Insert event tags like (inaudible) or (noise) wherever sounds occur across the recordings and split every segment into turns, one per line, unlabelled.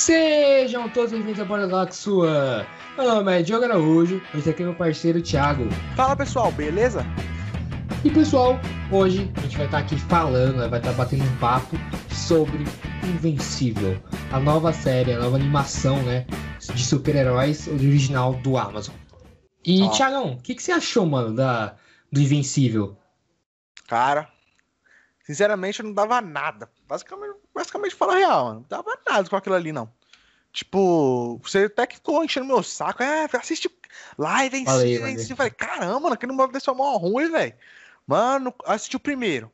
Sejam todos bem-vindos a Bora Lá sua. Meu nome é Diogo Araújo, hoje tá aqui meu parceiro Thiago.
Fala pessoal, beleza?
E pessoal, hoje a gente vai estar aqui falando, né, vai estar batendo um papo sobre Invencível, a nova série, a nova animação, né, de super-heróis original do Amazon. E
Ó.
Thiagão, o que, que você achou, mano, da do Invencível?
Cara, sinceramente eu não dava nada. Basicamente, basicamente fala a real, mano. Não dava nada com aquilo ali, não. Tipo, você até que ficou enchendo meu saco. É, assiste live,
Falei,
em
falei.
si. Falei, caramba, mano, aquele moleque desse é mó ruim, velho. Mano, assisti o primeiro.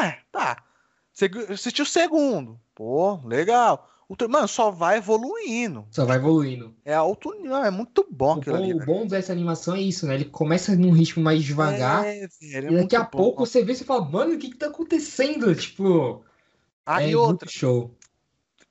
É, tá. Segu- Assisti o segundo. Pô, legal. O ter- Mano, só vai evoluindo.
Só vai evoluindo.
É alto nível, é muito bom
O
aquilo
bom,
ali.
o
velho.
bom dessa animação é isso, né? Ele começa num ritmo mais devagar.
É, velho, é
E daqui
muito
a
bom.
pouco você vê e você fala, mano, o que que tá acontecendo? Tipo,
Ah,
é
e outra.
muito show.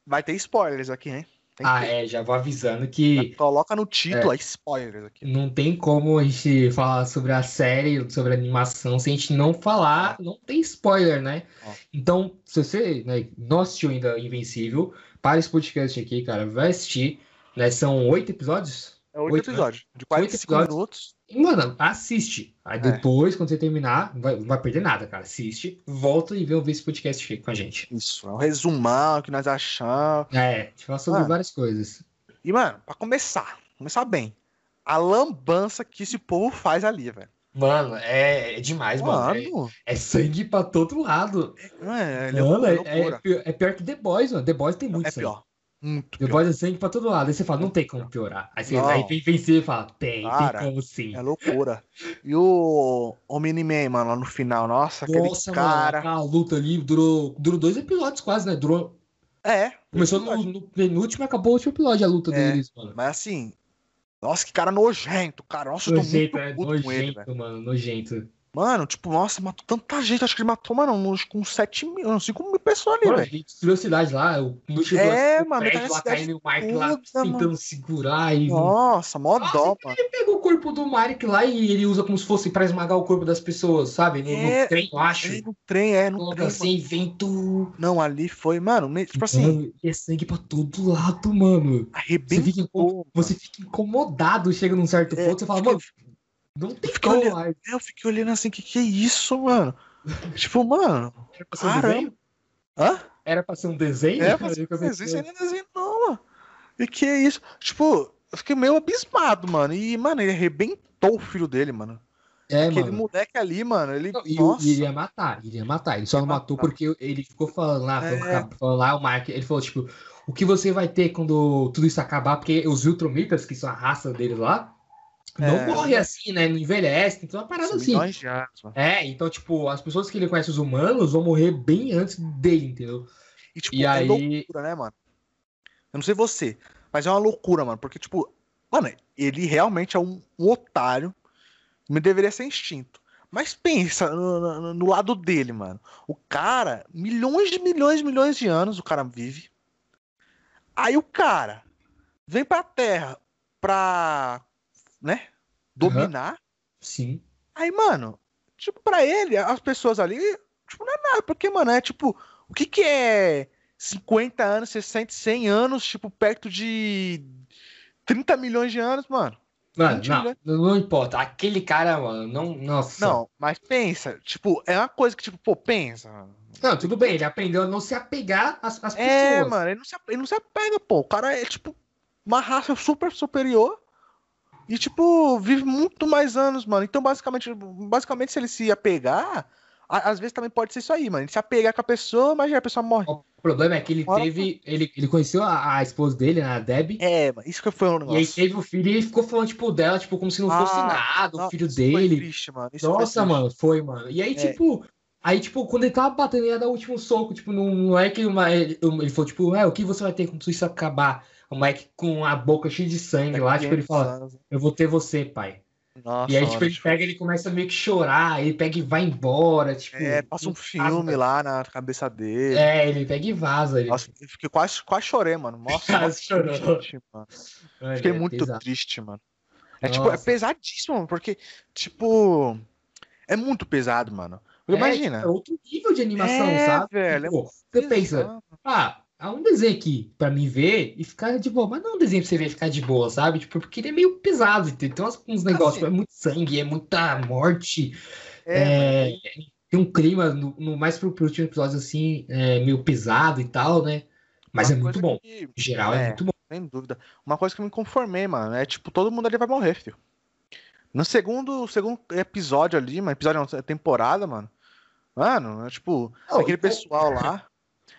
Vai ter spoilers aqui, hein? Tem que
Ah,
ter.
é, já vou avisando que
Coloca no título aí, spoilers aqui.
não tem como a gente falar sobre a série, sobre a animação, se a gente não falar, não tem spoiler, né?
Ó.
Então, se você né, não assistiu ainda Invencível, para esse podcast aqui, cara, vai assistir, né? São oito episódios?
É oito
Oito, né?
episódios, de 45
episódios.
minutos.
E, Mano, assiste. Aí
É.
depois, quando você terminar, não vai, não vai perder nada, cara. Assiste, volta e vê um esse podcast aqui com a gente.
Isso, é um resumão que nós achamos.
É, a gente fala sobre
Mano.
várias coisas.
E, mano, pra começar, começar bem. A lambança que esse povo faz ali, velho.
Mano, é, é demais, mano. É,
Mano,
é sangue pra todo lado.
é, ele é
Mano,
uma
é, é
loucura.
pior, é pior que The Boys, mano. The Boys tem muito
É
sangue.
pior. Muito
The
pior.
Boys é sangue pra todo lado. Aí você fala, não tem como piorar. Aí, você,
Não.
aí vem vencer e fala, tem,
Cara,
tem como sim.
É loucura. E o Omni-Man, mano, lá no final, nossa, tá aquele
Nossa,
cara.
mano, a luta ali durou, durou dois episódios quase, né? Durou,
É.
começou no, no penúltimo e acabou o último episódio a luta
É.
deles, mano.
Mas assim, nossa, que cara nojento, cara. Nossa, eu tô
Nojento,
muito
é,
puto com ele, velho.
nojento, mano, nojento.
Mano, tipo, nossa, matou tanta gente. Acho que ele matou, mano, uns com 7 mil, uns 5 mil pessoas ali,
Mano,
velho.
ele destruiu a cidade lá, o no chegou
É,
lá,
mano,
prédio
tá na
lá
cidade
caindo e o Mike lá
toda, mano.
tentando segurar e...
Nossa, mó
Nossa,
dó,
então
mano.
Ele pega o corpo do Mike lá e ele usa como se fosse pra esmagar o corpo das pessoas, sabe? No, no
É,
trem, eu acho.
É, no trem, é, no
Coloca
trem. mano.
assim, vento.
Não, ali foi, mano, me- tipo assim,
Mano, é sangue pra todo lado, mano. Você fica, incom-
arrebentou.
você fica incomodado, chega num certo
É,
ponto, você fala,
fica-
mano, não tem
fica
como
olhando,
mais.
mano. Eu fiquei olhando assim, que que é isso,
(laughs)
mano? tipo, mano,
Era pra ser um
Caramba.
desenho?
hã?
Era pra ser um desenho?
É, mas
Eu
isso
comecei-
aí não é desenho, não, mano. E que é isso? Tipo, eu fiquei meio abismado, mano. E, mano, ele arrebentou o filho dele, mano.
É,
Aquele
mano.
moleque ali, mano, ele.
Não, E o-
nossa.
e ele é um ia matar, ele ia matar. Ele só não matou
matar.
porque ele ficou falando lá,
É.
falando, falando lá, o Mark, ele falou, tipo, o que você vai ter quando tudo isso acabar? Porque os Viltromitas, que são a raça deles lá, não
É.
morre assim, né? Não envelhece, então é uma parada assim.
Milhões de anos, mano.
É, então, tipo, as pessoas que ele conhece, os humanos, vão morrer bem antes dele, entendeu?
E, tipo,
E
é
aí-
loucura, né, mano? Eu não sei você, mas é uma loucura, mano. Porque, tipo, mano, ele realmente é um, um otário. Não deveria ser instinto. Mas pensa no, no- no lado dele, mano. O cara, milhões de milhões, milhões de anos o cara vive. Aí o cara vem pra Terra pra, né, dominar.
Sim.
Aí, mano, tipo, pra ele, as pessoas ali, tipo, não é nada, porque, mano, é tipo, o que que é 50 anos, 60, 100 anos, tipo, perto de 30 milhões de anos, mano?
Mano,
Mentira,
não,
né?
não importa. Aquele cara, mano, não. Nossa.
Não, mas pensa, tipo, é uma coisa que, tipo, pô, pensa, mano.
Não, tudo bem, ele aprendeu a não se apegar às, às
É,
pessoas.
mano, ele não, se, ele não se apega, pô, o cara é, tipo, uma raça super superior e, tipo, vive muito mais anos, mano. Então, basicamente, basicamente se ele se apegar, a- às vezes também pode ser isso aí, mano, ele se apegar com a pessoa, mas aí a pessoa morre.
O problema é que ele
Fora-
teve. Ele, ele conheceu a, a esposa dele, né, a Debbie.
É, mano, isso que foi um
E aí
negócio.
teve o filho e ele ficou falando, tipo, dela, tipo, como se não fosse
Ah,
nada, o
Nossa,
filho
isso Foi
dele.
triste, mano. Isso foi
Nossa,
triste.
mano, foi, mano. E aí,
É.
tipo, aí, tipo, quando ele tava batendo, ele ia dar o último soco, tipo, não, não é que uma, ele ele falou, tipo, é, o que você vai ter quando isso acabar? O Mike com a boca cheia de sangue lá, tipo, ele fala, eu vou ter você, pai.
É Nossa,
e aí,
mano,
tipo, ele
tipo,
pega, ele começa a meio que chorar, ele pega e vai embora, tipo.
é, passa um filme
vaza.
lá na cabeça dele.
É, ele pega e vaza. Ele,
Nossa, eu fiquei quase, quase chorei, mano.
(laughs)
Nossa,
Quase
nossa,
chorou.
triste, mano.
Mano,
Fiquei
é
muito
pesado.
triste, mano. É tipo, é
Nossa.
pesadíssimo, mano, porque, tipo, é muito pesado, mano. Porque
É,
Imagina.
tipo, é outro nível de animação,
É,
sabe?
velho, é
Tipo, você pensa, ah, Há um desenho aqui pra mim ver e ficar de boa. Mas não é um desenho pra você ver e ficar de boa, sabe? Tipo, porque ele é meio pesado. Tem, tem uns, uns negócios, tipo,
Assim.
é muito sangue, é muita morte. É, Tem um clima, no, no- mais pro, pro último episódio, assim, é, meio pesado e tal, né? Mas
uma
é muito
coisa
bom.
que-
Em geral, é,
É.
muito bom.
Sem dúvida. Uma coisa que eu me conformei, mano, é tipo, todo mundo ali vai morrer, filho. No segundo, segundo episódio ali, mano, episódio não, temporada, mano. Mano, é tipo,
Não,
aquele
então-
pessoal lá,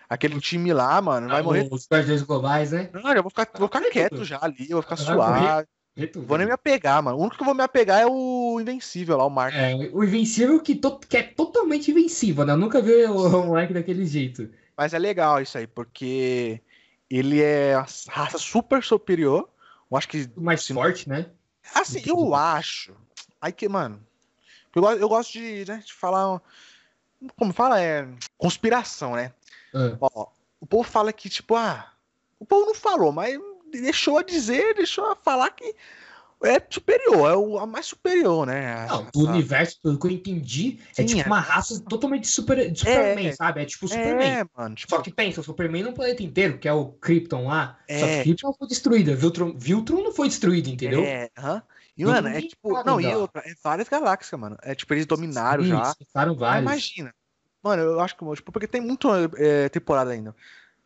aquele time lá, mano,
Tá
vai morrer.
Os guardiões globais, né?
Não, eu vou ficar, vou ficar quieto já ali, eu vou ficar
Vai morrer.
suave.
Jeito-
Vou nem me apegar, mano. O único que eu vou me apegar é o Invencível lá, o Mark.
É, o Invencível que, to- que é totalmente invencível, né? Eu nunca vi o moleque daquele jeito.
Mas é legal isso aí, porque ele é uma raça super superior. Eu acho que
O mais forte, né?
Assim, eu
Entendi.
acho. Aí que, mano. Eu, go- eu gosto de, né, de falar. um- Como fala? É. Conspiração, né?
Ah,
Ó, o povo fala que, tipo, ah. O povo não falou, mas deixou a dizer, deixou a falar que é superior, é o a mais superior, né?
Não,
Essa-
do universo, pelo que eu entendi, é
Sim,
tipo
é.
uma raça totalmente de super, de Superman,
É.
sabe? É tipo o Superman.
É, mano. Tipo,
Só que pensa, o Superman no planeta inteiro, que é o Krypton lá, só
É.
que Krypton foi destruída. Viltron, Viltron não foi destruído, entendeu?
É, aham. E,
Não
mano, é
tem
tipo.
nada
Não, e
ainda.
outra, é várias galáxias, mano. É tipo, eles dominaram
Sim,
já. Ah,
Citaram
Mas
vários.
imagina. Mano, eu acho que. Tipo, porque tem muita é, temporada ainda.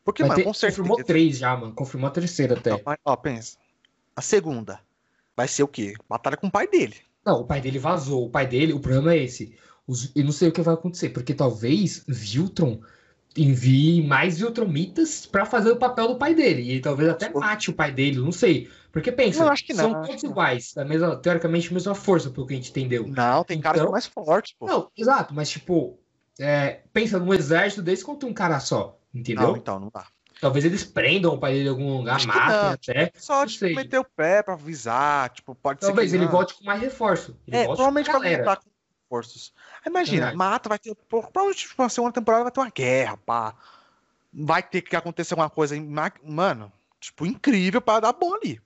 Porque,
Vai
mano,
ter-
com certeza.
Confirmou três já, mano. Confirmou a terceira até.
Então, mas, ó, pensa. A segunda vai ser o quê? Batalha com o pai dele.
Não, o pai dele vazou. O pai dele, o problema é esse. Os- eu não sei o que vai acontecer, porque talvez Viltron envie mais Viltromitas pra fazer o papel do pai dele. E talvez até mate o pai dele, não sei. Porque pensa,
Não, acho que não,
são
acho
todos
que não.
iguais, da mesma, teoricamente, a mesma força, pelo que a gente entendeu.
Não, tem cara que é
Então-
mais forte, pô.
Não, exato, mas tipo, é, pensa num exército desse contra um cara só, entendeu?
Não, então, não dá.
Talvez eles prendam o pai dele em algum lugar,
Acho que
matem
não.
até.
Só,
Não
tipo,
sei.
meter o pé pra avisar, tipo, pode
Talvez
ser que
ele
não.
volte com mais reforço. Ele
É,
volte com
provavelmente vai
galera.
voltar com forças. Aí imagina,
Verdade.
mata, vai ter... pô, Provavelmente, tipo, na segunda temporada vai ter uma guerra, pá. Vai ter que acontecer alguma coisa, em ma- mano, tipo, incrível pra dar bom ali.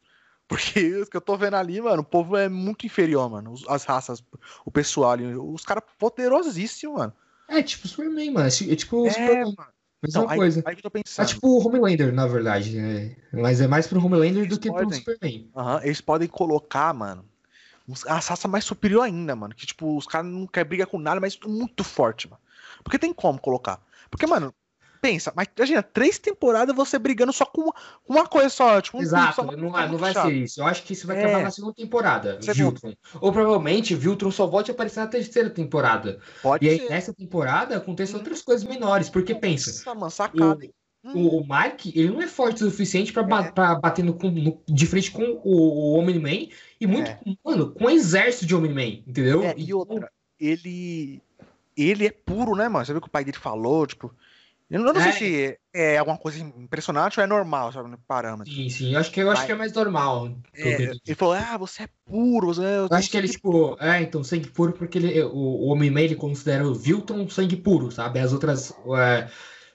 (laughs) Porque o que eu tô vendo ali, mano, o povo é muito inferior, mano. Os- As raças, o pessoal ali, os caras poderosíssimos, mano.
É tipo Superman, mano. É tipo
É,
Superman. Mesma
Então, aí,
coisa.
aí que eu tô
É
pensando.
tipo o Homelander, na verdade, né? Mas é mais pro Homelander do que pro
Ordem.
Superman.
Aham, eles podem colocar, mano, uns- a raça mais superior ainda, mano. Que, tipo, os caras não querem brigar com nada, mas muito forte, mano. Porque tem como colocar. Porque, mano, pensa, mas imagina, três temporadas você brigando só com uma, com uma coisa só, tipo, um
Exato,
só,
não,
é
vai- não
muito
vai
chato.
ser isso. Eu acho que isso vai
É.
acabar na segunda temporada,
Segunda.
Viltron. Ou provavelmente Viltron só volte a aparecer na terceira temporada.
Pode
E aí,
ser. Uhum.
nessa temporada, acontecem outras coisas menores, porque pensa.
Nossa, mano, sacada, hein? Hum,
O, o Mike, ele não é forte o suficiente pra, ba
É.
pra bater no, com- no- de frente com o, o Homem-Man e muito,
É.
mano, com o exército de Homem-Man, entendeu?
é, e outra, ele. Ele é puro, né, mano? Você viu o que o pai dele falou, tipo. Eu não, eu não
É.
sei se é é alguma coisa impressionante ou é normal, sabe? No parâmetro.
Sim, sim, eu acho que, eu acho
Vai.
que é mais normal. pelo que eu
É, ele falou, ah, você é puro, você é.
Eu acho que ele, tipo, é, então, sangue puro, porque ele, o, o Homem-Man ele considera o Viltron sangue puro, sabe? As outras, é,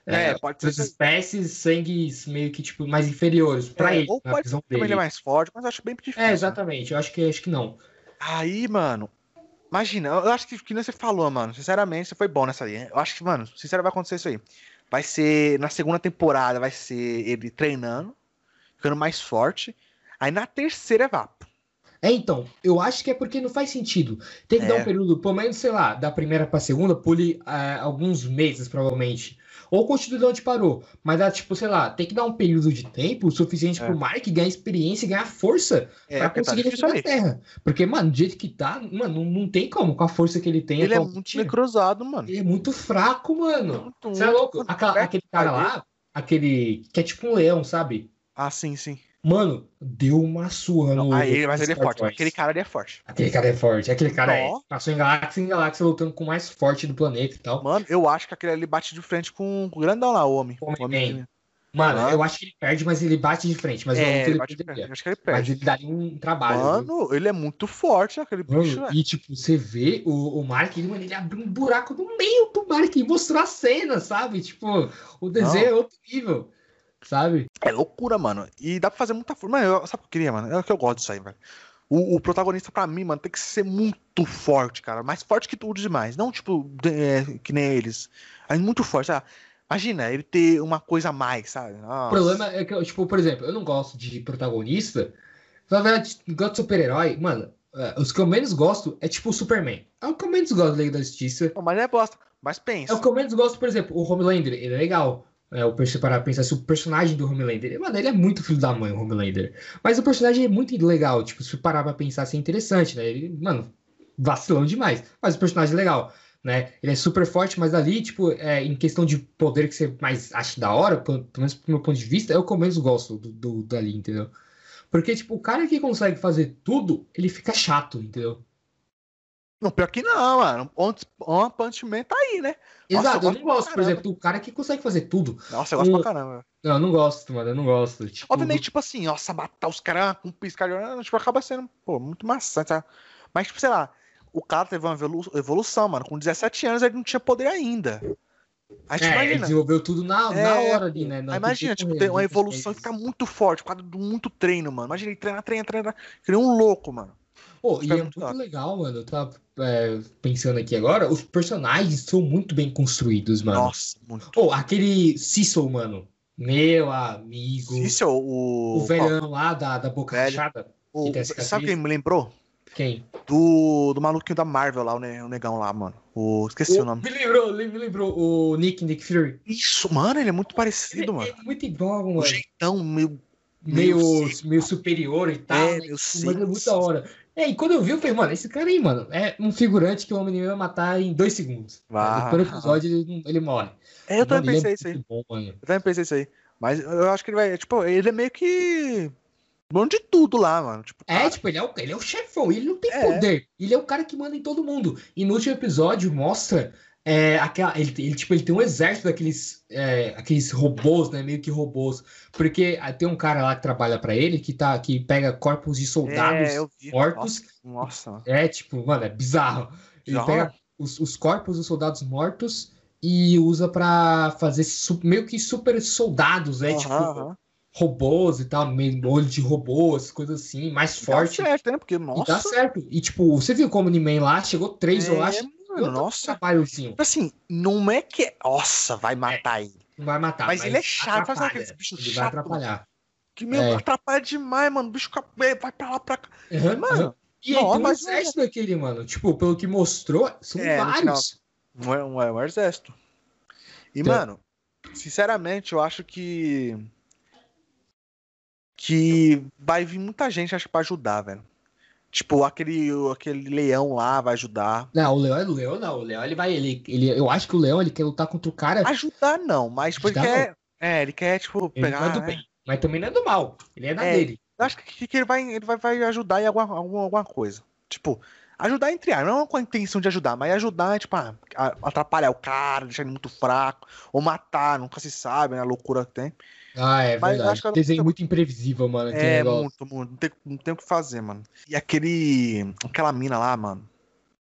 é,
É, pode
outras
ser.
espécies, sangues meio que, tipo, mais inferiores pra
É,
ele,
ou
na
pode
visão
ser
dele.
ele é mais forte, mas eu acho bem difícil.
É, exatamente, eu acho que, acho que não.
né? Aí, mano, imagina, eu acho que, que nem você falou, mano, sinceramente, você foi bom nessa linha. Eu acho que, mano, sinceramente vai acontecer isso aí. Vai ser, na segunda temporada, vai ser ele treinando, ficando mais forte. Aí na terceira é vapo.
É, então, eu acho que é porque não faz sentido. Tem que
É.
dar um período, pelo menos, sei lá, da primeira pra segunda, pule é, alguns meses, provavelmente. Ou continua de onde parou. Mas, dá, tipo, sei lá, tem que dar um período de tempo suficiente
É.
pro Mike ganhar experiência e ganhar força
É,
pra
porque tá
conseguir
difícil
defender a
ali.
Terra. Porque, mano, do jeito que tá, mano, não, não tem como, com a força que ele tem.
Ele é
atualmente,
muito necrosado, mano.
ele é muito fraco, mano.
Muito,
Você é
muito.
louco? Aquela-
perto
aquele
do pai
cara lá, aquele que é tipo um leão, sabe?
Ah, sim, sim.
Mano, deu uma surra no.
Aí, ele- mas
no
ele é
Star
forte,
Wars.
aquele cara ele é forte.
Aquele cara é forte, aquele cara é.
Nó.
Passou em galáxia em galáxia lutando com o mais forte do planeta e tal.
Mano, eu acho que aquele ali bate de frente com o grandão lá, o homem.
Homem
O homem-
Mano,
Ah.
eu acho que ele perde, mas ele bate de frente. Mas eu não
É,
sei
ele
ele
bate de frente.
perderia.
Acho que ele
Mas
perde.
ele daria um trabalho. viu?
Mano, ele é muito forte, aquele
Mano,
bicho, velho.
e tipo, você vê o, o Mark, ele, mano, ele abriu um buraco no meio do Mark e mostrou a cena, sabe? Tipo, o desenho é outro nível, sabe?
É loucura, mano. E dá pra fazer muita força. Mano, eu- sabe o que eu queria, mano? É o que eu gosto disso aí, velho. O, o protagonista, pra mim, mano, tem que ser muito forte, cara. Mais forte que tudo demais. Não, tipo, de- é, que nem eles. Mas muito forte, sabe? Imagina, ele ter uma coisa a mais, sabe?
O
Nossa.
problema é que, eu, tipo, por exemplo, eu não gosto de protagonista. Na verdade, eu gosto de super-herói. Mano, é, os que eu menos gosto é tipo o Superman. É o que eu menos gosto da Liga da Justiça.
Não, mas não é bosta. Mas pensa.
É o que eu menos gosto, por exemplo, o Homelander. Ele é legal. É, o perso- para pensar se o personagem do Homelander. Mano, ele é muito filho da mãe, o Homelander. Mas o personagem é muito legal. Tipo, se parar pra pensar, assim, é interessante, né? Ele, mano, vacilão demais. Mas o personagem é legal. Né? Ele é super forte, mas ali, tipo, é, em questão de poder que você mais acha da hora, pelo pelo menos pro meu ponto de vista, é o que eu menos gosto do, do- dali, entendeu? Porque, tipo, o cara que consegue fazer tudo, ele fica chato, entendeu?
Não, pior que não, mano. One One Punch Man tá aí, né? Nossa,
Exato,
eu
eu
gosto
não gosto,
pra
por exemplo, do cara que consegue fazer tudo.
Nossa, eu gosto
O-
pra caramba.
Não, eu não gosto, mano, eu não gosto. Tipo,
Obviamente, tipo assim, nossa, matar os caras com um piscar de olho, tipo, acaba sendo, pô, muito maçante, sabe? Mas, tipo, sei lá, o cara teve uma evolu- evolução, mano. Com 17 anos ele não tinha poder ainda. Aí, tipo,
É, ele
imagina.
desenvolveu tudo na, na
É,
hora ali, né?
Aí
Na né,
imagina, tipo,
correr,
ter uma
muitas
evolução tá e
vezes.
ficar muito forte, por causa de muito treino, mano. Imagina ele treinar, treinar, treinar, criou um louco, mano.
Pô, e
ficar
é
muito
muito
rápido.
legal, mano. Eu tava é, pensando aqui agora, os personagens são muito bem construídos, mano.
Nossa, muito.
Pô, aquele Cecil, mano. Meu amigo.
Isso é o.
O velhão lá da, da boca
Velho.
fechada.
o-
que tem essa
sabe quem me lembrou?
Quem?
Do, do maluquinho da Marvel lá, o, ne- o negão lá, mano. O, esqueci o
O-
nome.
Me lembrou, me lembrou. O Nick, Nick Fury.
Isso, mano, ele é muito parecido,
Ele,
mano.
ele é muito igual, mano.
O jeitão, meu.
meio,
meio
meio superior e tal.
É,
né?
meio
Tipo, Mas é muito
sexy.
da hora. É, e quando eu vi, eu falei, mano, esse cara aí, mano, é um figurante que o homem vai matar em dois segundos.
Ah.
No primeiro episódio ele, ele morre.
É, eu também
Mano, ele
pensei
é
isso aí.
muito bom, mano.
Eu também pensei isso aí. Mas eu acho que ele vai. Tipo, ele é meio que. Dono de tudo lá, mano. Tipo,
É, tipo, ele é, o, ele é o chefão, ele não tem
É.
poder. Ele é o cara que manda em todo mundo. E no último episódio mostra é, aquela. Ele, ele, tipo, ele tem um exército daqueles é, aqueles robôs, né? Meio que robôs. Porque ah, tem um cara lá que trabalha pra ele que, tá, que pega corpos de soldados
é, eu vi.
mortos.
Nossa, nossa, mano.
É, tipo, mano, é bizarro. Ele
Bizarro,
pega os, os corpos dos soldados mortos e usa pra fazer su- meio que super soldados, né?
Aham,
tipo,
aham.
robôs e tal, meio olho de robôs, coisas assim, mais
Dá
forte.
certo, né? Porque,
E dá
nossa.
certo. E tipo, você viu como Omni-Man lá, chegou três, eu
é,
acho.
mano, nossa.
Trabalhozinho.
Tipo assim, não é que. é- Nossa, vai matar ele.
Não vai matar.
Mas ele é chato, sabe
atrapalha.
aqueles bichos
Ele vai
chato,
atrapalhar.
Que meu,
É.
atrapalha demais, mano. O bicho fica- é, vai pra lá, pra cá.
Aham,
Mano,
aham. E
não,
aí, tem um
mas-
exército daquele, mano. Tipo, pelo que mostrou, são
É, no
vários.
Não é, não é um exército. E,
Então-
mano, sinceramente, eu acho que. Que vai vir muita gente, acho, pra ajudar, velho. Tipo, aquele, aquele leão lá vai ajudar.
Não, o Leão é o Leão, não. O Leão ele vai. Ele, ele, eu acho que o Leão ele quer lutar contra o cara.
Ajudar não, mas tipo,
É.
ele
Ajudar
quer. É, ele quer, tipo,
Ele não é
pegar.
do
né?
bem. Mas também não é do mal. Ele é da
É.
dele.
Eu acho que, que ele, vai, ele vai, vai ajudar em alguma, alguma, alguma coisa. Tipo, ajudar entre ar, não com a intenção de ajudar, mas ajudar, tipo, ah, a- atrapalhar o cara, deixar ele muito fraco, ou matar, nunca se sabe, né? A loucura que tem.
Ah, é
Mas eu
verdade.
acho que eu-
Desenho muito imprevisível, mano. aquele
É,
negócio.
muito, muito. Não tem, não tem o que fazer, mano. E aquele. Aquela mina lá, mano.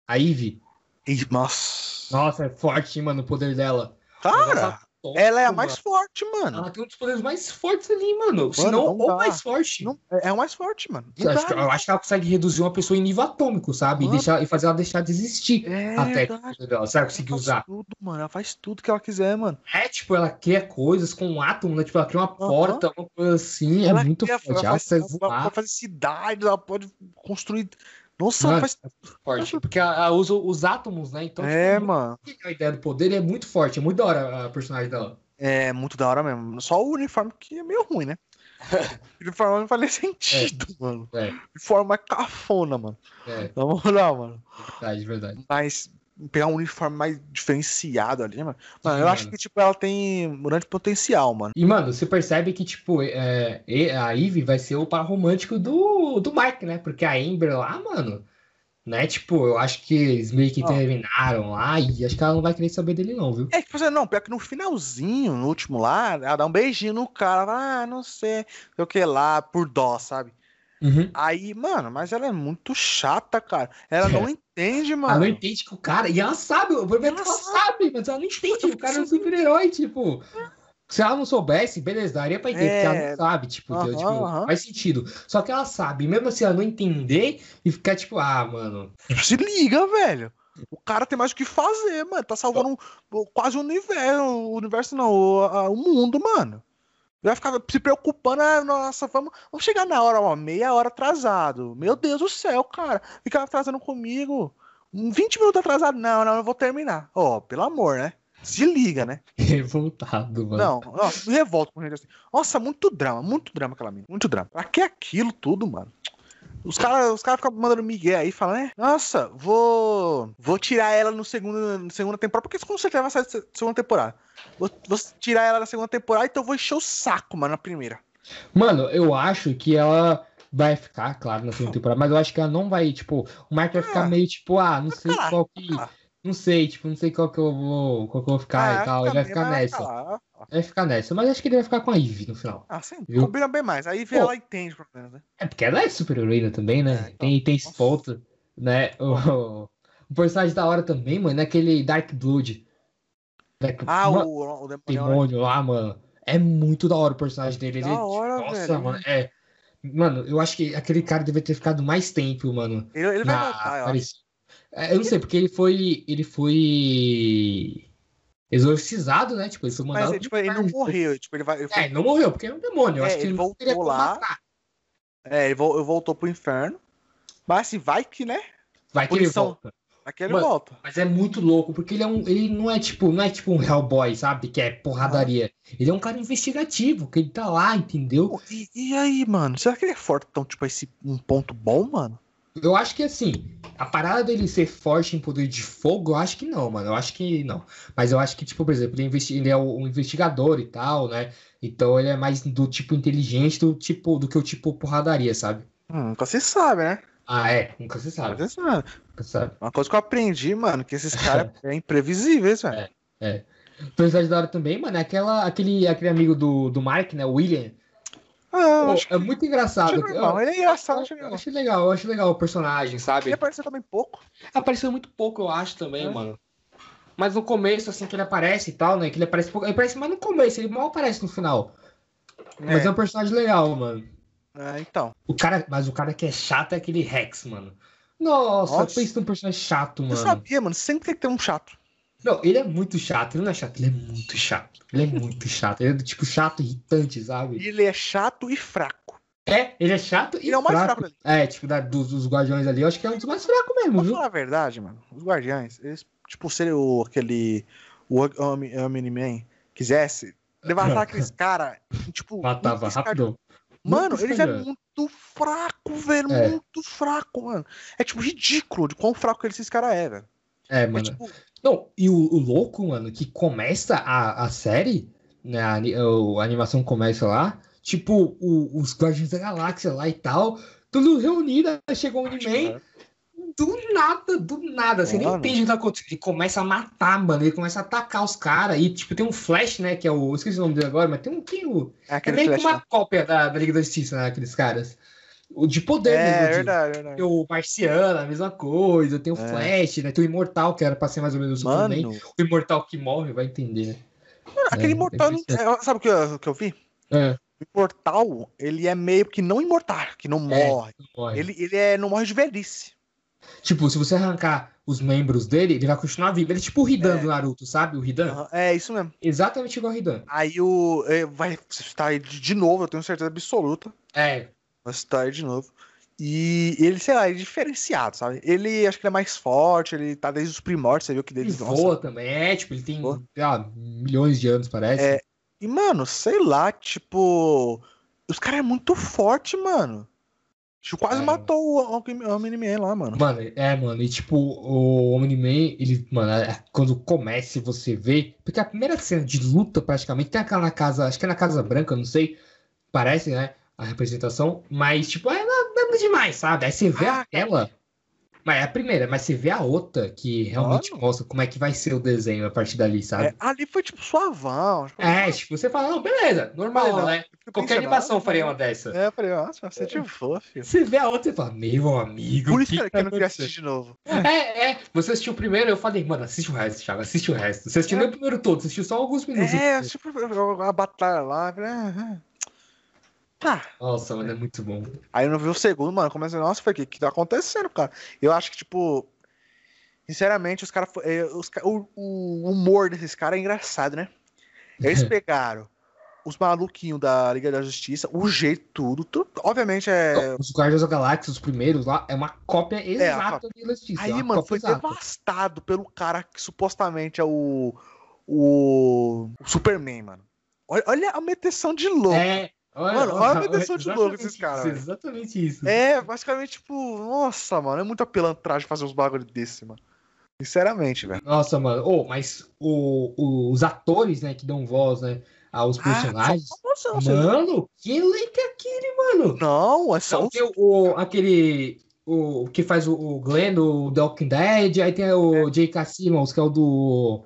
A Ivy.
E, nossa.
Nossa, tá é forte, hein, mano, o poder dela.
Cara, ela é a
Nossa,
mais forte, mano.
Ela tem um dos poderes mais fortes ali, mano. Se não,
não
o
dá.
mais forte.
Não, é a mais forte, mano. Não
eu, acho que,
dá,
eu acho que ela consegue reduzir uma pessoa em nível atômico, sabe? E,
Mano.
deixar, e fazer ela deixar de existir.
É,
a técnica
verdade.
dela, sabe? Conseguir
Ela
usar.
faz tudo, mano. Ela faz tudo que ela quiser, mano.
É, tipo, ela cria coisas com um átomo, né? Tipo, ela cria uma porta, uma coisa assim.
Ela
é muito
cria-
forte.
Ela
Ela
faz, ela
consegue
pode
voar.
fazer cidades, ela pode construir. Nossa, ela
Mano, tá
faz.
Forte, porque ela, ela usa os átomos, né? Então,
é,
tipo,
mano.
muito legal a ideia do poder é muito forte. É muito da hora a personagem dela.
É muito da hora mesmo. Só o uniforme que é meio
(laughs)
ruim, né? o uniforme não faz nem sentido, mano.
É.
O uniforme é cafona, mano.
É,
Na moral, mano.
verdade, verdade.
Mas pegar um uniforme mais diferenciado ali, né, mano. Mano, eu
Sim,
acho
mano.
que, tipo, ela tem um grande potencial, mano.
E, mano, você percebe que, tipo, é, e- a Ivy vai ser o par romântico do, do Mike, né? Porque a Amber lá, mano, né? Tipo, eu acho que eles meio que
Ó.
terminaram lá e acho que ela não vai querer saber dele, não, viu?
É que você não, pior que no finalzinho, no último lá, ela dá um beijinho no cara, fala, ah, não sei, sei o que lá, por dó, sabe? Aí, mano, mas ela é muito chata, cara. Ela não
É.
entende,
Ela
mano.
não entende que o cara. E ela sabe, o problema é que
Ela
ela sabe, mas ela não entende. O cara é um super-herói, tipo. Se ela não soubesse, beleza, daria pra entender,
É.
porque ela não sabe, tipo,
Aham,
entendeu? Tipo,
aham.
faz sentido. Só que ela sabe, mesmo assim, ela não entender e ficar, tipo, ah, mano. (laughs)
Se liga, velho. O cara tem mais o que fazer, mano. Tá salvando um- quase o universo. O universo não, o, a- o mundo, mano. Vai ficar se preocupando, ah, nossa, vamos, vamos chegar na hora, ó, meia hora atrasado. Meu Deus do céu, cara. Ficar atrasando comigo. Um 20 minutos atrasado. Não, não, eu vou terminar. Ó, pelo amor, né? Se liga, né?
Revoltado, mano.
Não, ó, me revolto com gente assim. Nossa, muito drama, muito drama aquela mina, muito drama. Pra que aquilo tudo, mano? Os caras os cara ficam mandando migué aí, falando, né? Nossa, vou vou tirar ela no segundo, na segunda temporada, porque com certeza vai sair se- segunda temporada. Vou, vou tirar ela na segunda temporada, então eu vou encher o saco, mano, na primeira.
Mano, eu acho que ela vai ficar, claro, na segunda temporada, mas eu acho que ela não vai, tipo, o Mark vai ficar
Ah.
meio tipo, ah, não sei
Ah,
qual que.
ah.
Não sei, tipo, não sei qual que eu vou. Qual que eu vou ficar e tal. Ele vai
também,
ficar
mas
nessa.
tá lá, ó.
Vai ficar nessa. Mas acho que ele vai ficar com a Eve no final.
Ah, sim,
Viu?
combina bem mais. Aí vê
Pô.
ela entende, pelo menos, né?
É porque ela é super heroína também, né?
É, então,
tem, tem esse
nossa.
ponto, né? O, o personagem da hora também, mano, é aquele Dark Blood. Dark-
Ah,
mano,
o, o demônio.
demônio lá, mano. É muito da hora o personagem dele.
Da
ele, tipo,
hora,
nossa,
velho.
mano. É. Mano, eu acho que aquele cara deve ter ficado mais tempo, mano.
Ele, ele vai
na
voltar, eu acho.
aparição. É, eu não sei, porque ele foi. Ele foi. Exorcizado, né? Tipo, ele foi mandado.
Mas é, tipo, ele não morreu, tipo, ele vai. Ele foi
É, ele não morreu, porque era um demônio. Eu
É,
acho que
ele
ele, não
voltou
teria como
lá.
matar.
É, ele vol- voltou pro inferno. Mas assim, vai que, né?
Vai que ele
Punição.
volta.
Vai que ele
Mano,
volta.
Mas é muito louco, porque ele é um. Ele não é tipo, não é tipo um Hellboy, sabe? Que é porradaria. Ele é um cara investigativo, que ele tá lá, entendeu?
Pô, E, e aí, mano? Será que ele é forte, então, tipo, esse um ponto bom, mano?
Eu acho que assim, a parada dele ser forte em poder de fogo, eu acho que não, mano. Eu acho que não. Mas eu acho que, tipo, por exemplo, ele, investi- ele é um investigador e tal, né? Então ele é mais do tipo inteligente do tipo do que o tipo porradaria, sabe?
Hum, nunca se sabe, né?
Ah, é, nunca se sabe.
Nunca se sabe.
Nunca se sabe.
Uma coisa que eu aprendi, mano, que esses (laughs) caras é imprevisíveis, velho.
Personagem da hora também, mano, é aquela, aquele, aquele amigo do, do Mark, né? O William.
Ah, eu
Pô,
acho
é muito
acho
engraçado. Eu-
normal. Ele é engraçado, acho
Eu
legal.
acho legal, eu acho legal o personagem,
Ele
sabe?
apareceu também pouco.
Apareceu muito pouco, eu acho, também,
É.
mano. Mas no começo, assim, que ele aparece e tal, né? Que ele aparece pouco. Ele aparece mais no começo, ele mal aparece no final. Mas é um personagem legal, mano.
É, então.
O cara, mas o cara que é chato é aquele Rex, mano. Nossa,
Nossa.
pensa num personagem chato,
Você
mano.
sabia, mano? Sempre tem que ter um chato.
Não, ele é muito chato, ele não é chato, ele é muito chato. Ele é muito chato, ele é do tipo chato, irritante, sabe?
Ele é chato e fraco.
É, ele é chato e
Ele é o mais fraco dali.
É, tipo, da- dos, dos Guardiões ali, eu acho que é um dos mais fracos mesmo,
Pra
viu?
falar a verdade, mano, os Guardiães, eles, tipo, se o, aquele. O Omni- Omni-Man quisesse, levantar
(laughs)
aqueles caras, tipo.
Matava
muito escar-
rapidão.
Mano,
muito
eles é
escarnado.
muito fraco, velho.
É.
Muito fraco, mano. É, tipo, ridículo de quão fraco esses caras é, velho.
É,
É,
mano.
tipo,
Não, e o, o louco, mano, que começa a, a série, né? A, ani- o- a animação começa lá, tipo, o- os Guardiões da Galáxia lá e tal, tudo reunido, aí chegou o
né? é
Omni-Man, do nada, do nada, você nem
Mano.
entende o que tá acontecendo. Ele começa a matar, mano, ele começa a atacar os caras, e tipo, tem um Flash, né, que é o, eu esqueci o nome dele agora, mas tem um, tem o,
é
é
aquele
meio que
flash.
uma cópia da, da Liga da Justiça, né, aqueles caras. O de poder,
É,
mesmo, de-
verdade, verdade.
tem o Marciano, a mesma coisa, tem o
É.
Flash, né? Tem o Imortal, que era pra ser mais ou menos o
Mano,
Superman. O Imortal que morre, vai entender, né?
aquele
é,
imortal. não- é, sabe o que eu, o que eu vi?
É,
O imortal, ele é meio que não imortal, que não
É.
morre.
morre.
Ele, ele é, não morre de velhice.
Tipo, se você arrancar os membros dele, ele vai continuar vivo. Ele é tipo o Hidan
É.
do Naruto, sabe? O Hidan.
Aham, É isso mesmo.
Exatamente igual o Hidan.
Aí o. é, vai citar ele de de novo, eu tenho certeza absoluta.
É,
Vai citar ele de novo. E ele, sei lá, ele é diferenciado, sabe? Ele acho que ele é mais forte, ele tá desde os primórdios, você viu que
ele
desde
voa também. É, tipo, ele tem,
Voa.
sei lá, milhões de anos, parece.
É. E, mano, sei lá, tipo. Os caras é muito forte, mano. Tipo, quase
É.
matou o, o, o Miniman lá, mano.
Mano, é, mano, e tipo, o Omni-Man, ele, mano, é- quando começa e você vê, porque a primeira cena de luta, praticamente, tem aquela na casa, acho que é na Casa Branca, não sei, parece, né, a representação, mas, tipo, é nada demais, sabe? Aí você vê
Ah,
a tela, mas é a primeira, mas você vê a outra, que realmente
Mano.
mostra como é que vai ser o desenho a partir dali,
É,
sabe?
ali foi tipo suavão. Tipo,
É, tipo, você fala, não, beleza, normal,
Beleza.
né?
eu
Qualquer
pensei,
animação
nossa,
faria uma dessa.
É, eu falei, nossa, você te for, filho.
Você vê a outra e fala, meu amigo,
Por
o
isso que,
que
que eu
tá
não queria
acontecendo?
assistir de novo.
É, é. Você assistiu o primeiro, eu falei, mano, assiste o resto, Thiago, assiste o resto. Você assistiu
É.
nem o primeiro todo, você assistiu só alguns minutos.
É, tipo, a batalha lá. eu falei, ah, ah. Tá.
Nossa, mano, é muito bom.
Aí eu não vi o segundo, mano. Comecei, nossa, foi o que, que tá acontecendo, cara? Eu acho que, tipo. Sinceramente, os caras. o, o humor desses caras é engraçado, né?
(laughs)
Eles pegaram os maluquinhos da Liga da Justiça, o jeito, tudo. tudo obviamente é.
Os Guardiões da Galáxia, os primeiros lá, é uma cópia exata
cópia.
da Liga da Justiça. é
Aí,
uma
mano,
cópia
foi
exata.
devastado pelo cara que supostamente é o. O. o Superman, mano. Olha, olha a meteção de louco. É.
É. Olha,
Mano, olha a detenção de
exatamente
louco desses
isso,
caras, velho.
Exatamente isso.
basicamente, tipo, nossa, mano, é muita pilantragem fazer uns bagulho desse, mano. Sinceramente, velho.
Nossa, mano. Oh, mas o- o- os atores, né, que dão voz, né, aos personagens.
Ah, só- só- só-
mano, que elenco é aquele, mano?
Não, é só
Não,
os
tem o, o- aquele. O que faz o, o Glenn, o The Walking Dead, aí tem o J.K. Simmons, que é o do.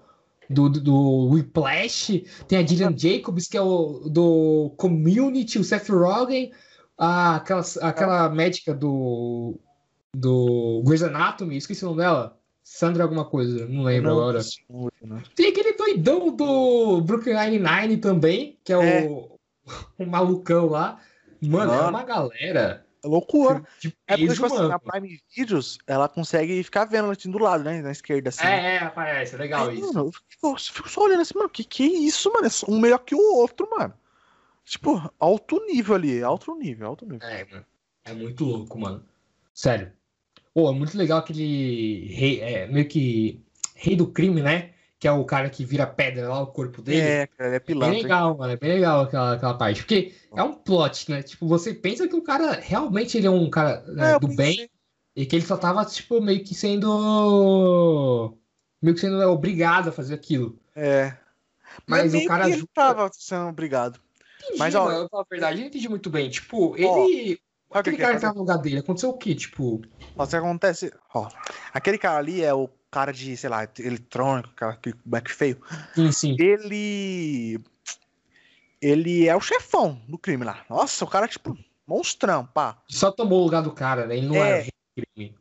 Do, do, do Whiplash, tem a Dylan Jacobs, que é o do Community, o Seth Rogen, a, aquela,
É.
aquela médica do. do Grey's Anatomy, esqueci o nome dela. Sandra alguma coisa, não lembro
Não,
agora.
não lembro.
Tem aquele doidão do Brooklyn Nine-Nine também, que é,
É.
o, (laughs) o malucão lá. Mano, é
Mano.
uma galera.
É loucura.
de
É porque,
peso,
tipo assim,
mano.
na Prime Videos, ela consegue ficar vendo assim do lado, né? Na esquerda, assim.
É, é, aparece, legal
Aí,
isso.
mano, eu fico, eu fico só olhando assim, mano, que que é isso, mano? É só um melhor que o outro, mano. Tipo, alto nível ali, alto nível, alto nível.
É, mano. É muito louco, mano. Sério. Pô, é muito legal aquele rei, é, meio que rei do crime, né? Que é o cara que vira pedra lá, o corpo dele.
É, cara, ele é
Bem
pilantra. hein?
legal, mano. É bem legal aquela, aquela parte. Porque é um plot, né? Tipo, você pensa que o cara realmente ele é um cara né,
É, eu
do
pensei.
bem e que ele só tava, tipo, meio que sendo. meio que sendo né, obrigado a fazer aquilo.
É. Mas,
Mas o
meio
cara
que ele
ajuda.
tava sendo obrigado.
Entendi,
Mas, ó-
mano, eu falo a verdade, eu não entendi muito bem. Tipo, ele.
Sabe o que
aquele
que
cara
é?
que tava no lugar dele, aconteceu o quê? Tipo.
Ó, o que acontece? Ó, aquele cara ali é o cara de, sei lá, eletrônico, cara, que back feio.
Sim, sim.
ele. Ele é o chefão do crime lá. Nossa, o cara, tipo, monstrão, pá.
Só tomou o lugar do cara, né? Ele não
É.
era rei do crime.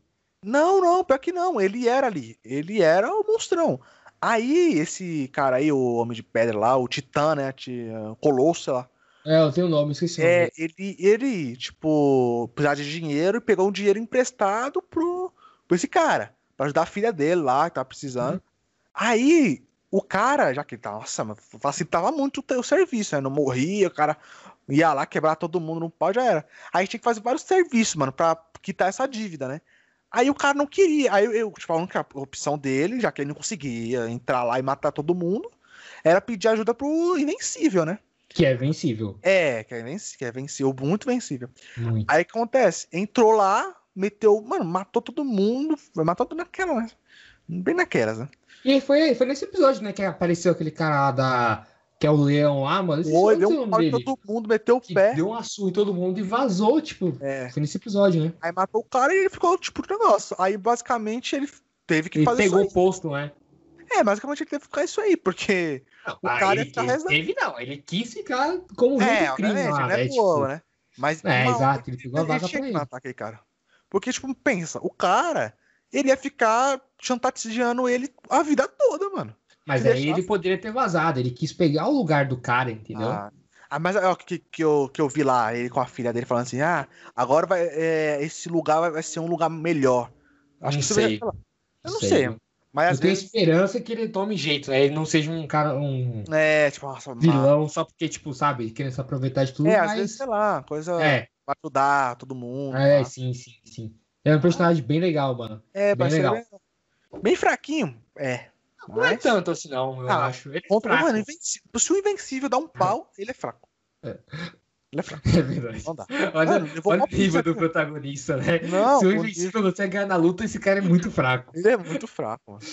Não, não, pior que não. Ele era ali. Ele era o monstrão. Aí, esse cara aí, o Homem de Pedra lá, o Titã, né? ti- eh, Colosso, sei lá.
É, eu tenho o nome, esqueci o nome.
É, ele, ele, tipo, precisava de dinheiro e pegou um dinheiro emprestado pro, pro esse cara, pra ajudar a filha dele lá, que tava precisando. Aí, o cara, já que ele tava, nossa, mano, facilitava muito o teu serviço, né? Não morria, o cara ia lá quebrar todo mundo no pau, já era. Aí tinha que fazer vários serviços, mano, pra quitar essa dívida, né? Aí o cara não queria. Aí eu, tipo, a única opção dele, já que ele não conseguia entrar lá e matar todo mundo, era pedir ajuda pro Invencível, né?
Que é vencível.
É, que é, venci- que é vencível, muito vencível.
Muito.
Aí o que acontece, entrou lá, meteu, mano, matou todo mundo, foi matou tudo naquela, né? Bem naquelas, né?
E foi, foi nesse episódio, né, que apareceu aquele cara lá da. Que é o leão lá, mano. Esqueci
Foi,
o
deu
nome
um pau em
é dele.
todo mundo, meteu o
Que
pé,
deu um açúcar em todo mundo e vazou, tipo.
é,
Foi nesse episódio, né?
aí matou o cara e ele ficou tipo de negócio. Aí basicamente ele teve que
Ele
fazer
pegou o
isso
posto, né?
aí. É, basicamente ele teve que ficar isso aí, porque
Não,
O
ah,
cara
ele,
tá
ele
rezando.
teve, não. Ele quis ficar como rei
é,
do crime
obviamente,
lá,
não é
né?
boa,
Tipo,
né? Mas
é,
uma
exato. Ele pegou a
Ele
vaga
tinha
pra
que
ele.
matar aquele cara. Porque, tipo, pensa, o cara, ele ia ficar chantageando ele a vida toda, mano.
Mas
se
aí
deixasse-
ele poderia ter vazado. Ele quis pegar o lugar do cara, entendeu?
Ah, ah, mas ó, que, que, eu, que eu vi lá, ele com a filha dele falando assim, ah, agora vai, é, esse lugar vai, vai ser um lugar melhor. Acho
Não
que você vai
sei.
falar. Eu não sei,
mano.
mas
Eu
às
tenho
vezes,
esperança que ele tome jeito, né? Ele não seja um cara, um
é, tipo, nossa, mas,
vilão só porque, tipo, sabe, querendo se aproveitar de tudo,
é, às vezes,
mas...
sei lá, coisa
É,
pra ajudar todo mundo.
é,
tá?
sim, sim, sim. Ele é um personagem bem legal, mano.
é,
bem
vai ser
legal.
bem, bem fraquinho, é.
Não é
Mas-
tanto assim, não, eu
Ah,
acho. Ele é
Contra,
fraco.
mano, invencível. Se o Invencível dá um
(laughs)
pau, ele é fraco.
É.
Ele é fraco,
(laughs) É verdade.
não dá.
Olha,
Mano, eu vou
olha o
mó pizza
nível do
com-
protagonista, né?
Não,
Se o
o
Invencível consegue ganhar na luta, esse cara é muito fraco.
ele é muito fraco, mano.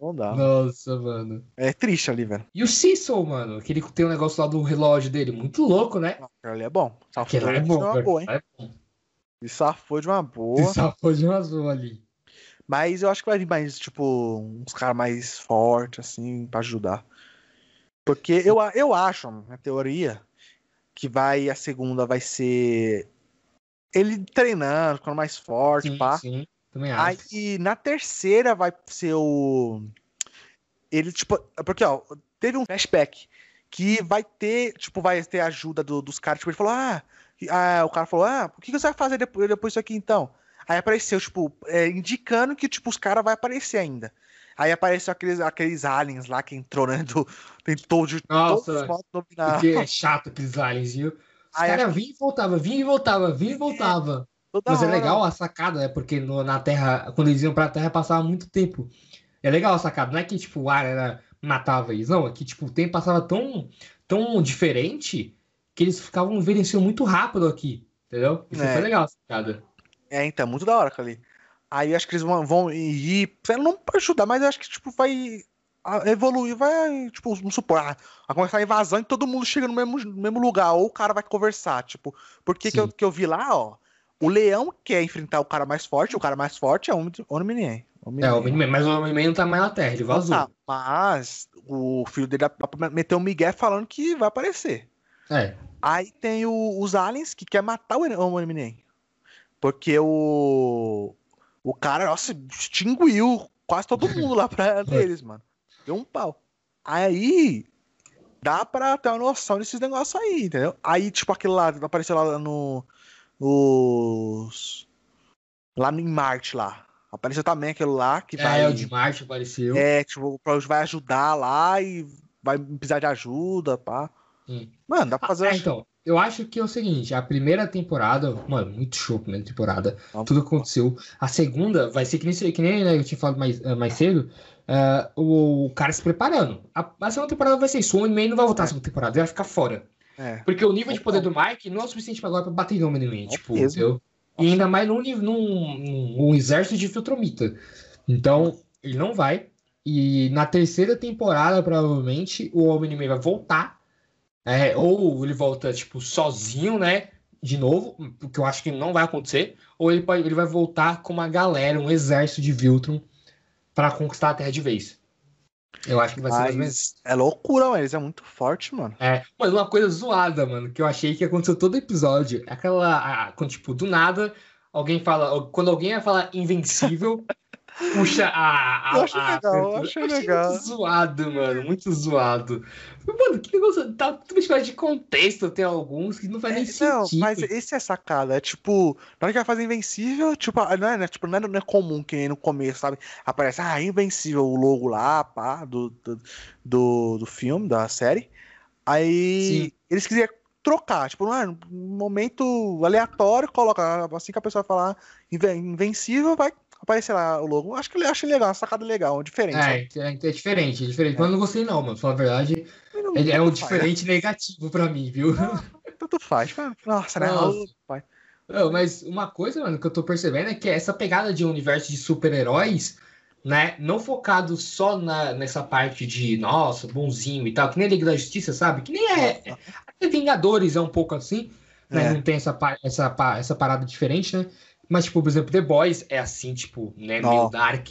Não dá.
Nossa, mano.
É triste ali, velho.
E o Cecil, mano, que ele tem um negócio lá do relógio dele, muito louco, né?
Ele é bom.
Aquele lá é
de
bom,
uma
cara.
boa, hein?
É bom.
Ele safou de uma boa.
Se safou de um azul ali.
Mas eu acho que vai vir mais, tipo, uns caras mais fortes, assim, pra ajudar. Porque eu, a- eu acho, na teoria, que vai, a segunda vai ser ele treinando, ficando mais forte,
Sim,
pá.
sim. Também acho.
Aí na terceira vai ser o. Ele, tipo. Porque, ó, teve um flashback que vai ter, tipo, vai ter ajuda do- dos caras. Tipo, ele falou, ah, e- ah, o cara falou, ah, o que que você vai fazer depois, depois disso aqui então? Aí apareceu, tipo, é, indicando que, tipo, os caras vão aparecer ainda. Aí apareceu aqueles, aqueles aliens lá que entrou, né? Do, tentou de
Nossa,
todos os modos dominar.
Porque é chato aqueles aliens, viu? Os
Aí
caras vinham e voltava, vinham e voltava, vinham e voltava.
Toda
Mas é
hora,
legal a sacada, né? Porque no- na Terra, quando eles iam pra Terra, passava muito tempo. É legal a sacada. Não é que, tipo, o ar era, matava eles. Não, é que, tipo, o tempo passava tão, tão diferente que eles ficavam envelhecendo muito rápido aqui. Entendeu? Isso
É.
foi legal a sacada.
É, então, muito da hora, ali. Aí eu acho que eles vão, vão ir, sei lá, não pra ajudar, mas eu acho que, tipo, vai ah, evoluir, vai, tipo, vamos supor, ah, vai começar a invasão e todo mundo chega no mesmo, no mesmo lugar, ou o cara vai conversar, tipo, porque que eu,
Sim.
que eu vi lá, ó, o leão quer enfrentar o cara mais forte, o cara mais forte é o Omni-Man.
É, o Omni-Man, mas o Omni-Man não tá mais na Terra, ele vazou.
Tá, mas o filho dele ap- meteu o Miguel falando que vai aparecer.
É.
Aí tem o- os aliens que quer matar o Eren- o Omni-Man. Porque o. O cara, nossa, extinguiu quase
(laughs)
todo mundo lá pra deles, mano. Deu um pau. Aí. Dá pra ter uma noção desses negócios aí, entendeu? Aí, tipo, aquele lá, apareceu lá no. Nos. Lá em Marte lá. Apareceu também aquele lá que vai.
É, o de Marte apareceu.
É, tipo, pra- vai ajudar lá e vai precisar de ajuda, pá.
Hum.
Mano, dá pra fazer. um
Ah, então, eu acho que é o seguinte, a primeira temporada, mano, muito show a primeira temporada,
Tá
tudo aconteceu. A segunda vai ser que nem, que nem né, eu tinha falado mais, eh, mais cedo, eh, o, o cara se preparando. A, a segunda temporada vai ser isso, o Omni-Man não vai voltar
É.
à segunda temporada, ele vai ficar fora.
É.
Porque o nível de poder do Mike não é o suficiente pra agora pra bater no Omni-Man, tipo,
mesmo.
entendeu? E ainda mais num, nível- num, num- num exército de filtromita. Então, ele não vai. E na terceira temporada, provavelmente, o Omni-Man vai voltar. É, ou ele volta, tipo, sozinho, né? De novo, o que eu acho que não vai acontecer. Ou ele, pode, ele vai voltar com uma galera, um exército de Viltrum, pra conquistar a Terra de vez. Eu acho que vai ser mais ou menos.
Mas é loucura, mano. Eles é muito forte, mano.
É, mas uma coisa zoada, mano, que eu achei que aconteceu todo episódio. é Aquela. a- quando, tipo, do nada, alguém fala. Quando alguém vai falar
(laughs)
invencível, puxa a. a
Eu achei
a-
legal, eu
abertura.
achei legal.
Muito zoado, mano, muito zoado. Mano, que negócio. Tá tudo fora de contexto, tem alguns que É, não faz nem
É, não,
sentido.
mas esse é sacada. É tipo, na hora que ela faz invencível, tipo, ah, não é, não é- tipo, não é, não é comum que nem no começo, sabe? Aparece, ah, invencível, o logo lá, pá, do, do, do, do filme, da série. Aí
Sim.
eles quiseram trocar, tipo, não é, um momento aleatório, coloca, assim que a pessoa falar inven- invencível, vai aparecer lá o logo. Acho que eu achei legal, uma sacada legal, uma diferente.
É, é, é diferente, é diferente. Mas eu não gostei, não, mano. Pra falar a verdade,
sabe? Não-
ele é um
tanto faz.
diferente negativo pra mim, viu?
Tanto faz. mano. Nossa, né?
Nossa.
Ô, pai.
Não, mas uma coisa, mano, que eu tô percebendo é que essa pegada de universo de super-heróis, né, não focado só na, nessa parte de, nossa, bonzinho e tal, que nem a Liga da Justiça, sabe? Que nem é,
Nossa.
até Vingadores é um pouco assim, né?
É.
Não tem essa, pa- essa, pa- essa parada diferente, né? Mas, tipo, por exemplo, The Boys é assim, tipo, né?
Ó.
Meio dark,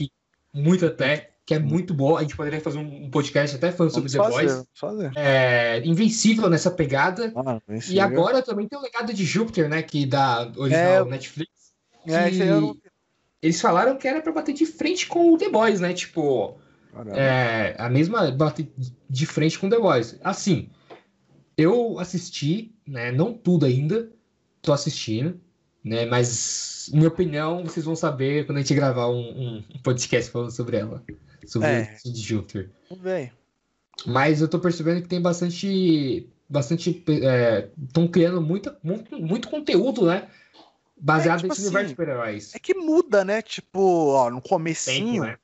muito até, que é muito boa. A gente poderia fazer um um podcast até falando sobre The
Vamos fazer,
Boys.
vamos fazer.
É, invencível nessa pegada.
Mano,
E agora também tem o legado de Júpiter, né? Que da original Netflix.
É, esse aí eu não vi.
Eles falaram que era pra bater de frente com o The Boys, né? Tipo,
Caramba.
é, a mesma bate de frente com The Voice. Assim, eu assisti, né? Não tudo ainda, tô assistindo, né? Mas minha opinião vocês vão saber quando a gente gravar um, um podcast falando sobre ela, sobre
É.
o Cid Júpiter.
Vamos ver aí.
Mas eu tô percebendo que tem bastante, bastante, estão criando muita, muito, muito conteúdo, né? Baseado
É, tipo
nesse universo
assim,
de super-heróis.
É que muda, né? Tipo, ó, no comecinho.
né?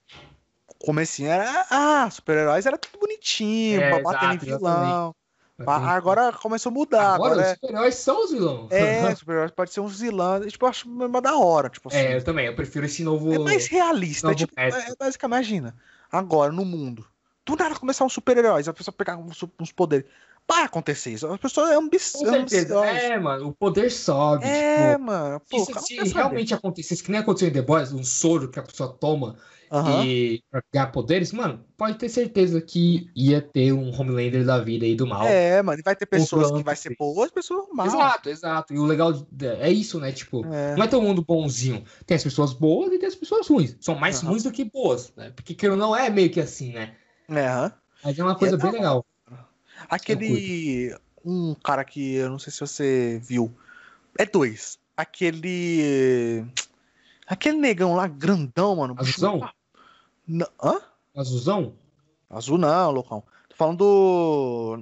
Comecinho era. Ah, super-heróis era tudo bonitinho,
É,
pra bater em
exato,
vilão. Pá, Agora começou a mudar.
Assim, agora,
Agora,
os super-heróis são os vilões. (laughs)
é, é super-heróis pode ser uns vilões. Tipo, eu acho uma da hora. Tipo assim.
É, eu também, eu prefiro esse novo.
É mais realista.
Novo
é tipo,
método.
é basicamente, imagina. Agora, no mundo. Do nada começar um super-herói, a pessoa pegar uns, uns poderes. Vai acontecer isso. A pessoa é ambi
Com certeza.
ambiciosa.
É, mano, o poder sobe.
É,
tipo,
mano. Pô,
isso
o cara
se
quer saber.
realmente acontecesse, que nem aconteceu em The Boys, um soro que a pessoa toma
Aham.
e pra ganhar poderes, mano, pode ter certeza que ia ter um Homelander da vida aí do mal.
É, mano. E vai ter pessoas
plano
que vai
que
ser
fez.
boas, pessoas mal.
exato, exato. E o legal de- é isso, né? Tipo,
É.
não é todo mundo bonzinho. Tem as pessoas boas e tem as pessoas ruins. São mais
Aham.
ruins do que boas, né? Porque queira ou não é meio que assim, né?
É, aham.
Mas é uma coisa
É,
bem
não.
legal. é
Aquele. Um cara que eu não sei se você viu. É dois. Aquele. Aquele negão lá, grandão, mano.
Azulzão?
puxou- Não, hã?
Azulzão?
Azul não, loucão. Tô falando do.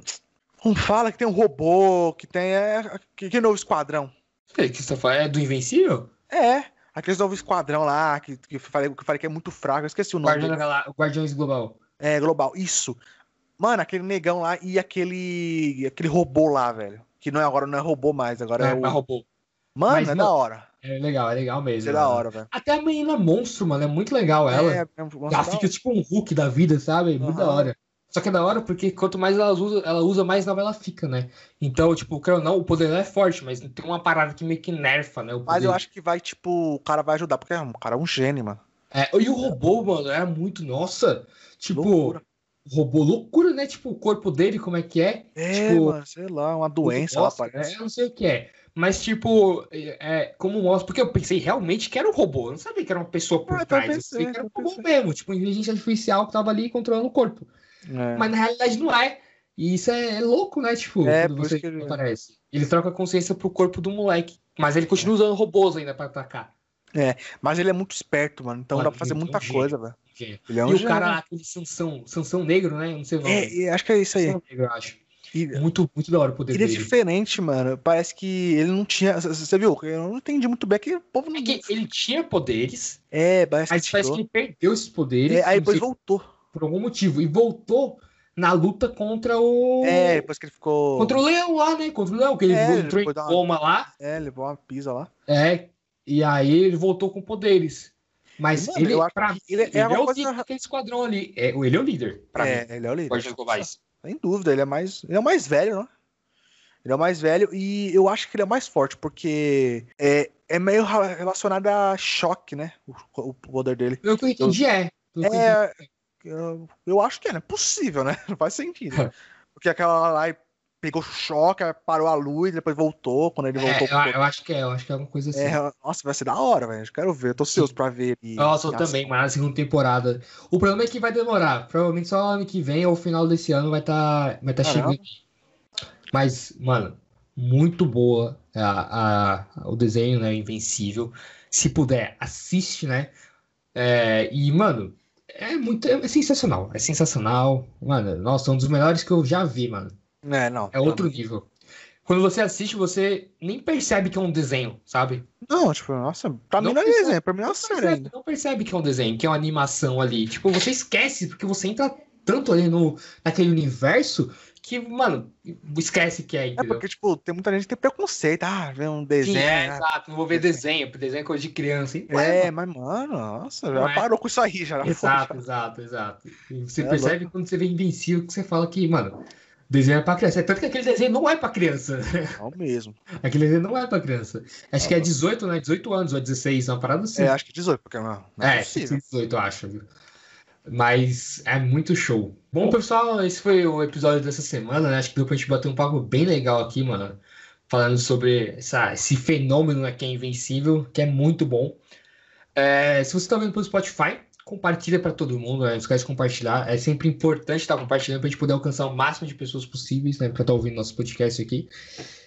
Como fala que tem um robô, que tem. É, que, que novo esquadrão.
É, que você fala, é do Invencível?
É, aqueles novo esquadrão lá, que, que, eu falei, que eu falei que é muito fraco, eu esqueci o nome.
Guardiões,
dele.
da Galá- Guardiões Global.
É, global, isso. Mano, aquele negão lá e aquele. aquele robô lá, velho. Que não é agora, não é robô mais, agora é,
É,
o.
mas roubou.
Mano,
Mas
é
não.
da hora.
É legal, é legal mesmo.
Isso é da
mano.
hora, velho.
Até a menina monstro, mano, é muito legal ela.
É, é um- nossa,
Ela
da
fica tipo um Hulk da vida, sabe? Muito da
Aham.
hora. Só que é da hora porque quanto mais ela usa, ela usa, mais nova ela fica, né? Então, tipo, querendo ou não, o poder dela é forte, mas tem uma parada que meio que nerfa, né? O
Mas
poder.
eu acho que vai, tipo, o cara vai ajudar, porque é um- o cara é um gênio, mano.
É, e o robô, mano, era muito, nossa, tipo,
Loucura.
o robô loucura, né? Tipo, o corpo dele, como é que é?
É,
Tipo,
mano, sei lá, uma doença, lá,
Mostra,
parece.
né? Eu não sei o que é. Mas, tipo, é, é, como mostra, porque eu pensei realmente que era um robô, eu não sabia que era uma pessoa por
Ah, eu
trás, eu
também
pensei
sei,
que era um
eu
robô
também
mesmo, tipo, inteligência artificial que tava ali controlando o corpo.
É.
Mas na realidade não é. E isso é louco, né? Tipo,
É,
quando
por
você
isso que ele-
aparece. Ele troca a consciência pro corpo do moleque. Mas ele continua usando robôs ainda pra atacar.
Mas ele é muito esperto, mano. Então
Mano,
dá pra fazer
ele é um
muita
gênio.
coisa, velho.
Gente,
Ele é um
e o
gênio.
cara, aquele Sansão, Sansão Negro, né? Eu Não sei o nome.
É, e acho que é isso aí.
Sansão Negro, eu acho.
E-
Muito, muito da hora o poder
Ele é
dele.
diferente, mano. Parece que ele não tinha. c- c- Você viu? Eu não entendi muito bem que o povo não.
É que ele tinha poderes,
É, parece
mas
que
parece que
tirou.
ele perdeu esses poderes
É, aí
não sei,
depois voltou.
por algum motivo. E voltou na luta contra o.
É, depois que ele ficou.
Contra o leão lá, né? Contra o leão, que ele
É, ele
entrou em
foi dar uma-
coma lá.
É, levou uma pisa lá.
É, e aí ele voltou com poderes. Mas
Mano,
ele,
eu acho
pra,
ele é
ele é,
uma
o
coisa-
líder daquele esquadrão ali. É, ele é o líder, pra
é,
mim,
ele é o líder.
Guardiões Globais.
Sem dúvida, ele é mais. Ele é o mais velho, né? Ele é o mais velho e eu acho que ele é o mais forte, porque é, é meio ra- relacionado a choque, né? O, o poder dele.
Pelo que eu entendi, é. Pelo que eu entendi.
É, eu, eu acho que é, né? Possível, né? (laughs) Não faz sentido.
É.
Porque aquela lá e pegou choque, aí parou a luz, depois voltou. Quando ele
É,
voltou.
eu, eu acho que é, eu acho que é alguma coisa assim.
É, nossa, vai ser da hora, velho. Eu Quero ver, eu tô ansioso pra ver. ele-
Nossa, eu
Nossa.
também, mas na segunda temporada. O problema é que vai demorar. Provavelmente só ano que vem ou final desse ano vai estar vai tá
Caramba.
chegando. Mas, mano, muito boa a- a- o desenho, né? Invencível. Se puder, assiste, né? É, e, mano, é muito. É sensacional. É sensacional. Mano, nossa, um dos melhores que eu já vi, mano.
É, não.
É outro nível. Quando você assiste, você nem percebe que é um desenho, sabe?
Não, tipo, nossa, pra
Não
mim não é
precisa-
desenho, pra mim é uma série
percebe,
ainda.
não percebe que é um desenho, que é uma animação ali. Tipo, você esquece, porque você entra tanto ali no, naquele universo que, mano, esquece que é,
É
entendeu?
porque, tipo, tem muita gente que tem preconceito. Ah, vê um desenho.
Sim, é,
ah,
exato, não vou ver desenho, porque desenho é coisa de criança. E, ué,
É,
mano,
mas, mano, nossa,
Não
já
é.
parou com isso aí, já.
Exato, exato, exato. E você
É
percebe quando você vê Invencível que você fala que, mano, desenho é pra criança. É tanto que aquele desenho não é pra criança. (laughs)
Não mesmo.
Aquele desenho não é pra criança. Acho que é 18, né? 18 anos ou 16, uma parada assim.
É, acho que 18, porque não, não é,
É,
possível.
18, eu acho. viu? Mas é muito show. Bom, pessoal, esse foi o episódio dessa semana, né? Acho que deu pra gente bater um papo bem legal aqui, mano. Falando sobre essa- esse fenômeno né, que é invencível, que é muito bom. É, se você tá vendo pelo Spotify, compartilha pra todo mundo, né? Não esquece de compartilhar. É sempre importante estar compartilhando pra gente poder alcançar o máximo de pessoas possíveis, né? Pra estar ouvindo nosso podcast aqui.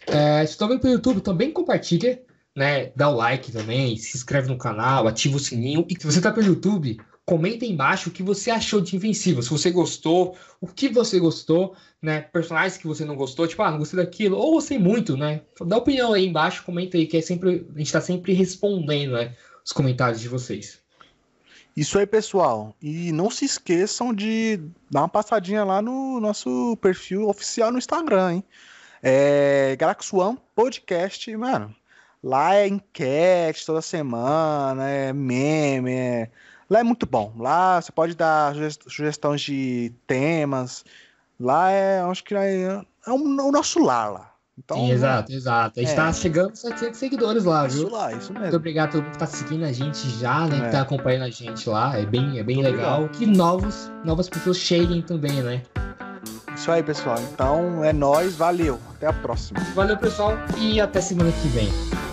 É, se você tá vendo pelo YouTube, também compartilha né, dá o like também, se inscreve no canal, ativa o sininho. E se você tá pelo YouTube, comenta aí embaixo o que você achou de Invencível. Se você gostou, o que você gostou, né? Personagens que você não gostou, tipo, ah, não gostei daquilo, ou gostei muito, né? Dá opinião aí embaixo, comenta aí, que é sempre, a gente tá sempre respondendo, né? Os comentários de vocês.
Isso aí, pessoal. E não se esqueçam de dar uma passadinha lá no nosso perfil oficial no Instagram, hein? É Galaxuan Podcast, mano. Lá é enquete toda semana, é meme, é... Lá é muito bom. Lá você pode dar sugest- sugestões de temas. Lá é, acho que é, é o o nosso lar lá. Então,
Sim, exato, exato. A gente
é.
tá chegando a 700 seguidores lá,
Isso
viu?
lá, isso
Muito
mesmo.
obrigado a todo mundo que tá seguindo a gente já, né? Que
É.
tá acompanhando a gente lá. É bem, é bem
Muito
legal. Que novos, novas pessoas cheguem também, né?
Isso aí, pessoal. Então é nóis, valeu. Até a próxima.
Valeu, pessoal, e até semana que vem.